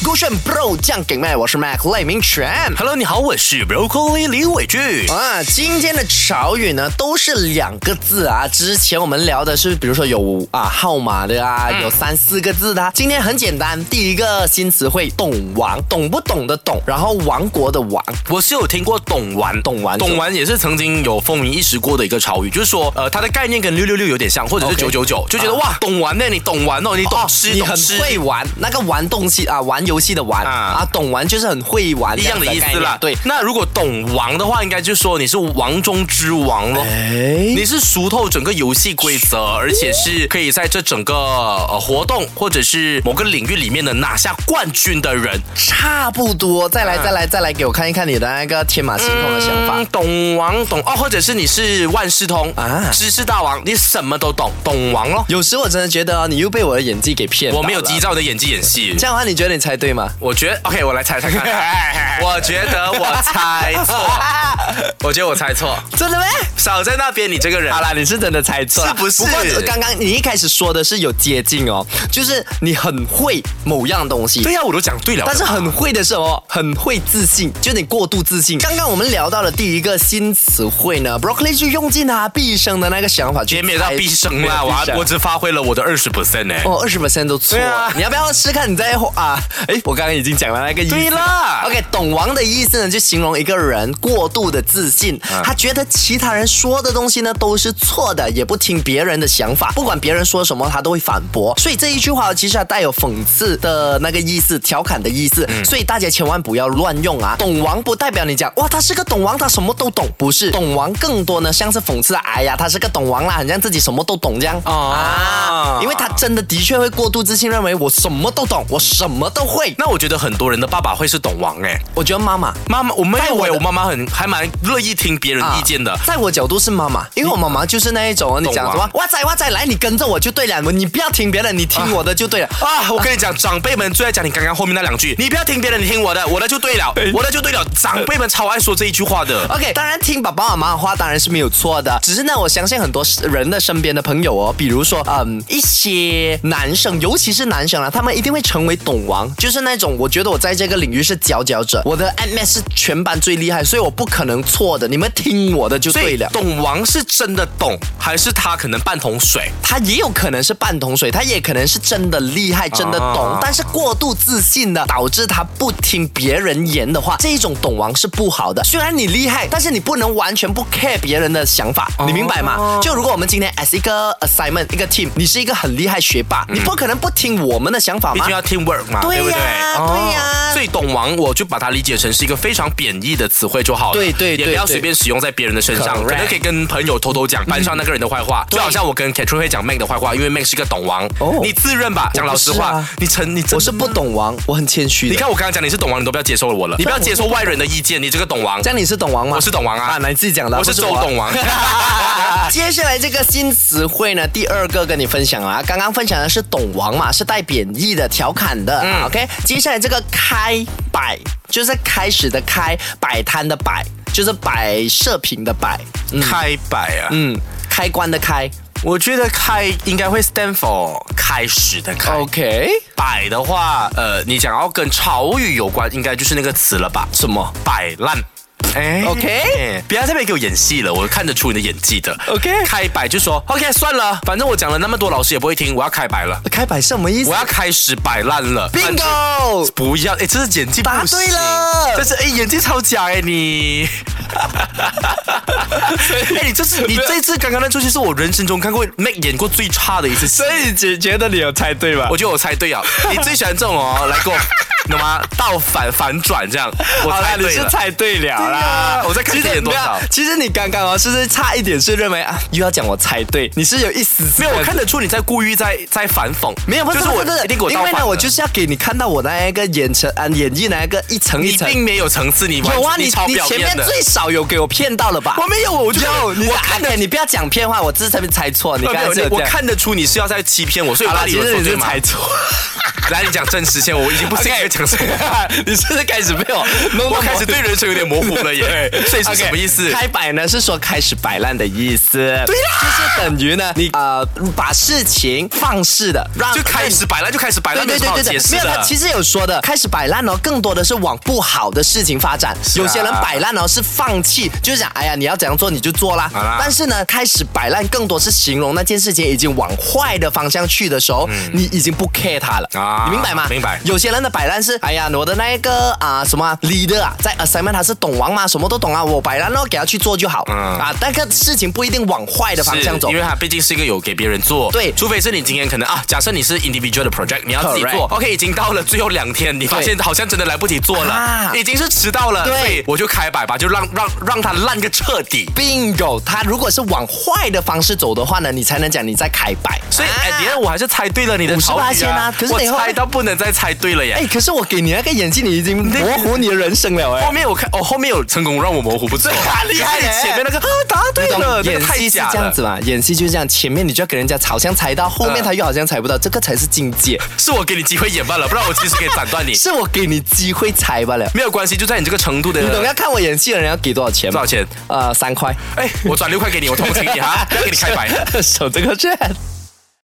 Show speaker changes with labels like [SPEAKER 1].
[SPEAKER 1] 勾选 Bro 酱给麦，我是 Mac 赖明全。
[SPEAKER 2] Hello，你好，我是 Broccoli 李伟俊。
[SPEAKER 1] 啊，今天的潮语呢都是两个字啊。之前我们聊的是，比如说有啊号码的啊，
[SPEAKER 3] 嗯
[SPEAKER 1] 有三四个字的、啊。今天很简单，第一个新词汇“懂王”，懂不懂的懂，然后王国的王，
[SPEAKER 3] 我是有听过懂玩，
[SPEAKER 1] 懂玩
[SPEAKER 3] 懂玩也是曾经有风靡一时过的一个潮语，就是说，呃，它的概念跟六六六有点像，或者是
[SPEAKER 1] OK
[SPEAKER 3] 九九九，就觉得
[SPEAKER 1] 啊
[SPEAKER 3] 哇，懂玩呢，你懂玩哦，你懂吃，
[SPEAKER 1] 你
[SPEAKER 3] 懂
[SPEAKER 1] 很
[SPEAKER 3] 吃。
[SPEAKER 1] 会玩，那个玩东西啊，玩游戏的玩啊
[SPEAKER 3] 啊
[SPEAKER 1] 懂玩就是很会玩
[SPEAKER 3] 一样的
[SPEAKER 1] 这
[SPEAKER 3] 意
[SPEAKER 1] 概
[SPEAKER 3] 思
[SPEAKER 1] 念
[SPEAKER 3] 啦，
[SPEAKER 1] 对，
[SPEAKER 3] 那如果懂王的话，应该就说你是王中之王咯。
[SPEAKER 1] 哎
[SPEAKER 3] 你是熟透整个游戏规则，而且是可以在这整个呃活动或者是某个领域里面的拿下冠军的人。
[SPEAKER 1] 差不多。再来，再来，再来，给我看一看你的那个天马行空的想法。
[SPEAKER 3] 嗯，懂王懂哦，或者是你是万事通
[SPEAKER 1] 啊
[SPEAKER 3] 啊，知识大王，你什么都懂，懂王咯。
[SPEAKER 1] 有时我真的觉得、你又被我的演技给骗
[SPEAKER 3] 我没有
[SPEAKER 1] 急
[SPEAKER 3] 依
[SPEAKER 1] 躁。
[SPEAKER 3] 照你的演技演戏
[SPEAKER 1] 这，样的话，你觉得你猜对 吗？
[SPEAKER 3] 我觉得 OK，我来猜 猜看。哎我觉得我猜错，我觉得我猜错，
[SPEAKER 1] 真的吗？
[SPEAKER 3] 少在那边你这个人。
[SPEAKER 1] 好啊啦，你是真的猜错了，
[SPEAKER 3] 是不是
[SPEAKER 1] 不过刚刚你一开始说的是有接近哦，就是你很会某样东西，
[SPEAKER 3] 对呀、我都讲对了。
[SPEAKER 1] 但是很会的是什么？很会自信，就你过度自信。刚刚我们聊到了第一个新词汇呢，broccoli 就用尽他毕生的那个想法去
[SPEAKER 3] 也没有到
[SPEAKER 1] 猜
[SPEAKER 3] 毕生
[SPEAKER 1] 没有
[SPEAKER 3] 啦，我
[SPEAKER 1] 毕生
[SPEAKER 3] 还我只发挥了我的二十 percent 呢。
[SPEAKER 1] 哦，二十 percent 都错。
[SPEAKER 3] 对啊
[SPEAKER 1] 你要不要试看你在啊？哎，我刚刚已经讲了那个意思。
[SPEAKER 3] 对啦
[SPEAKER 1] OK，懂王的意思呢，就形容一个人过度的自信，他觉得其他人说的东西呢都是错的，也不听别人的想法，不管别人说什么，他都会反驳。所以这一句话其实它带有讽刺的那个意思，调侃的意思。所以大家千万不要乱用啊！懂王不代表你讲哇，他是个懂王，他什么都懂，不是。懂王更多呢像是讽刺，哎呀，他是个懂王啦，很像自己什么都懂这样
[SPEAKER 3] 哦
[SPEAKER 1] 啊，因为他真的的确会过度自信，认为我什么都懂，我什么都会。那
[SPEAKER 3] 那我觉得很多人的爸爸会是懂王哎，
[SPEAKER 1] 我觉得妈妈
[SPEAKER 3] 妈妈，我没
[SPEAKER 1] 在
[SPEAKER 3] 有
[SPEAKER 1] 我的
[SPEAKER 3] 我妈妈很还蛮乐意听别人
[SPEAKER 1] 啊
[SPEAKER 3] 意见的。
[SPEAKER 1] 在我角度是妈妈，因为我妈妈就是那一种，啊你讲什么
[SPEAKER 3] 懂啊
[SPEAKER 1] 哇塞哇塞，来你跟着我就对了，你不要听别人，你听我的就 对了。
[SPEAKER 3] 啊！我跟你讲，长辈们最爱讲你刚刚后面那两句，你不要听别人，你听我的，我的就对了，我的就对了。长辈们超爱说这一句话的。
[SPEAKER 1] OK，当然听爸爸妈妈的话当然是没有错的，只是呢，我相信很多人的身边的朋友哦，比如说嗯一些男生，尤其是男生啊，他们一定会成为懂王，就是那种我觉得我在这个领域是佼佼者，我的 MS 是全班最厉害，所以我不可能错的，你们听我的就
[SPEAKER 3] 所
[SPEAKER 1] 对
[SPEAKER 3] 以
[SPEAKER 1] 了。
[SPEAKER 3] 懂王是真的懂，还是他可能半桶水？
[SPEAKER 1] 他也有可能是半桶水，他也可能是真的厉害，真的懂，
[SPEAKER 3] 啊
[SPEAKER 1] 但是过度自信的导致他不听别人言的话，这一种懂王是不好的。虽然你厉害，但是你不能完全不 care 别人的想法，
[SPEAKER 3] 哦
[SPEAKER 1] 你明白吗？就如果我们今天 as 一个 assignment 一个 team，你是一个很厉害学霸，你不可能不听我们的想法
[SPEAKER 3] 嗯毕
[SPEAKER 1] 吗
[SPEAKER 3] 竟？要啊 team work 嘛，
[SPEAKER 1] 对呀
[SPEAKER 3] 对不对？
[SPEAKER 1] 对呀
[SPEAKER 3] 哦所以懂王，我就把它理解成是一个非常贬义的词汇就好了。
[SPEAKER 1] 对对对
[SPEAKER 3] 也不要随便使用在别人的身上，
[SPEAKER 1] Correct
[SPEAKER 3] 可能可以跟朋友偷偷讲班上那个人的坏话，就好像我跟 Catherine 会讲 Mac 的坏话，因为 Mac 是个懂王
[SPEAKER 1] 哦。
[SPEAKER 3] 你自认吧，讲老实
[SPEAKER 1] 我不
[SPEAKER 3] 话
[SPEAKER 1] 是啊，
[SPEAKER 3] 你承你真
[SPEAKER 1] 我是不懂啊王，我很谦虚的。
[SPEAKER 3] 你看我刚刚讲你是懂王，你都不要接受我了，你不要接受外人的意见，你这个懂王
[SPEAKER 1] 这。样你是懂王吗？
[SPEAKER 3] 我是懂王啊
[SPEAKER 1] 啊，那你自己讲的啊，
[SPEAKER 3] 我是
[SPEAKER 1] 不
[SPEAKER 3] 周
[SPEAKER 1] 啊
[SPEAKER 3] 懂王。
[SPEAKER 1] 接下来这个新词汇呢，第二个跟你分享啊，刚刚分享的是“懂王”嘛，是带贬义的、调侃的、啊。OK，接下来这个“开摆”就是开始的“开”，摆摊的“摆”就是摆射频的“摆”，嗯
[SPEAKER 3] 开摆啊，
[SPEAKER 1] 嗯，开关的“开
[SPEAKER 3] 我觉得开应该会 stand for 开始的”。开。
[SPEAKER 1] OK，
[SPEAKER 3] 摆的话，呃，你讲要跟潮语有关，应该就是那个词了吧？
[SPEAKER 1] 什么？
[SPEAKER 3] 摆烂。哎
[SPEAKER 1] OK
[SPEAKER 3] 哎不要再别给我演戏了，我看得出你的演技的。
[SPEAKER 1] OK
[SPEAKER 3] 开摆就说 OK，算了，反正我讲了那么多，老师也不会听，我要开摆 了，
[SPEAKER 1] 开摆是什么意思
[SPEAKER 3] 我要开始摆烂了。
[SPEAKER 1] ？Bingo！
[SPEAKER 3] 不要，哎，这是演技不
[SPEAKER 1] 答对
[SPEAKER 3] 行
[SPEAKER 1] 了
[SPEAKER 3] 这是哎演技超假哎 你。 哎，你这次你这次刚刚那出戏是我人生中看过 Mac 演过最差的一次戏。
[SPEAKER 1] 以觉觉得你有猜对吧
[SPEAKER 3] 我觉得我猜 对了，啊你最喜欢这种哦，来给我，你懂吗？倒反反转这样，我猜对了。
[SPEAKER 1] 猜对了
[SPEAKER 3] 对啊我在看
[SPEAKER 1] 其实
[SPEAKER 3] 你演多
[SPEAKER 1] 没有
[SPEAKER 3] 少
[SPEAKER 1] 其实你刚刚哦，是不是差一点是认为啊，又要讲我猜对？你是有一丝丝
[SPEAKER 3] 没有，我看得出你在故意在在反讽，
[SPEAKER 1] 没有，不
[SPEAKER 3] 就是是我
[SPEAKER 1] 不是
[SPEAKER 3] 一定给我
[SPEAKER 1] 因
[SPEAKER 3] 倒
[SPEAKER 1] 为呢，
[SPEAKER 3] 反的。
[SPEAKER 1] 我就是要给你看到我那一个演成啊演绎那一个一层一
[SPEAKER 3] 你
[SPEAKER 1] 层。
[SPEAKER 3] 并没有层次，你完
[SPEAKER 1] 有啊，
[SPEAKER 3] 你
[SPEAKER 1] 你
[SPEAKER 3] 超
[SPEAKER 1] 你
[SPEAKER 3] 表
[SPEAKER 1] 前面
[SPEAKER 3] 面的。
[SPEAKER 1] 最少有给我骗到了吧？
[SPEAKER 3] 我没有，我就
[SPEAKER 1] 有，你
[SPEAKER 3] 我
[SPEAKER 1] 看的，你不要讲骗话，我 这才猜错。你刚才是有
[SPEAKER 3] 我
[SPEAKER 1] 这样
[SPEAKER 3] 看得出你是要在欺骗我，所以
[SPEAKER 1] 好
[SPEAKER 3] 我
[SPEAKER 1] 啦
[SPEAKER 3] 哪里有
[SPEAKER 1] 其实
[SPEAKER 3] 说
[SPEAKER 1] 你
[SPEAKER 3] 对
[SPEAKER 1] 是
[SPEAKER 3] 吗？
[SPEAKER 1] 猜错。
[SPEAKER 3] 来，你讲真实先，我已经不信你会讲什么。
[SPEAKER 4] 你是不是开始被我弄
[SPEAKER 3] 我
[SPEAKER 4] 到
[SPEAKER 3] 开始
[SPEAKER 4] 模
[SPEAKER 3] 对人生有点模糊了 耶，所以是什么意思？
[SPEAKER 4] 开摆呢是说开始摆烂的意思。对啦，就是等于呢，你
[SPEAKER 1] 呃，把事情放肆的让
[SPEAKER 3] 就开始摆烂，就开始摆
[SPEAKER 1] 对
[SPEAKER 3] 烂，
[SPEAKER 1] 对
[SPEAKER 3] 没
[SPEAKER 1] 对
[SPEAKER 3] 有
[SPEAKER 1] 对
[SPEAKER 3] 什么好
[SPEAKER 1] 对
[SPEAKER 3] 解，释
[SPEAKER 1] 没有他
[SPEAKER 3] 的。啊
[SPEAKER 1] 其实有说的，开始摆烂哦，更多的是往不好的事情发展。有些人摆烂哦是放弃，就是讲哎呀你要怎样做你就做啦。
[SPEAKER 3] 好啦
[SPEAKER 1] 但是呢，开始摆烂更多是形容那件事情已经往坏的方向去的时候，你已经不 care 它了，
[SPEAKER 3] 嗯啊
[SPEAKER 1] 你明白吗？
[SPEAKER 3] 明白
[SPEAKER 1] 有些人的摆烂是哎呀我的那一个啊、什么啊 leader 啊，在 assignment 他是懂王嘛，什么都懂啊，我摆烂哦给他去做就好、啊。那个事情不一定往坏的方向走
[SPEAKER 3] 因。为它毕嗯竟是一个有给别人做，
[SPEAKER 1] 对
[SPEAKER 3] 除非是你今天可能啊，假设你是 individual 的 project，你要自己做
[SPEAKER 1] Correct
[SPEAKER 3] ，OK，已经到了最后两天，你发现好像真的来不及做了，
[SPEAKER 1] 啊
[SPEAKER 3] 已经是迟到了，
[SPEAKER 1] 对
[SPEAKER 3] 所以我就开摆吧，就让让让它烂个彻底。
[SPEAKER 1] bingo，他如果是往坏的方式走的话呢，你才能讲你在开摆。
[SPEAKER 3] 所以，哎、你看，我还是猜对了你的
[SPEAKER 1] 50%
[SPEAKER 3] 潮语
[SPEAKER 1] 啊可是
[SPEAKER 3] 我
[SPEAKER 1] 你后
[SPEAKER 3] 猜到不能再猜对了耶。
[SPEAKER 1] 哎，可是我给你那个眼镜，你已经模糊你的人生了哎
[SPEAKER 3] 后。面我看，哦，后面有成功让我模糊不错，
[SPEAKER 1] 啊厉害
[SPEAKER 3] 可是你前面那个啊，答对
[SPEAKER 1] 你懂
[SPEAKER 3] 了，那个
[SPEAKER 1] 演
[SPEAKER 3] 太
[SPEAKER 1] 戏是
[SPEAKER 3] 假
[SPEAKER 1] 这样
[SPEAKER 3] 了
[SPEAKER 1] 子。嘛？演戏就是这样，前面你就要给人家好像猜到，后面他又好像猜不到，这个才是境界。
[SPEAKER 3] 是我给你机会演罢了，不然我其实可以斩 断你。
[SPEAKER 1] 是我给你机会猜罢了。
[SPEAKER 3] 没有关系，就在你这个程度的。
[SPEAKER 1] 你懂要看我演戏的人要给多少钱
[SPEAKER 3] 呃
[SPEAKER 1] 吗
[SPEAKER 3] 多少？钱？
[SPEAKER 1] 呃，三块。
[SPEAKER 3] 哎，我转六块给你，我同情你哈，不要给你开白。
[SPEAKER 1] 手这个券。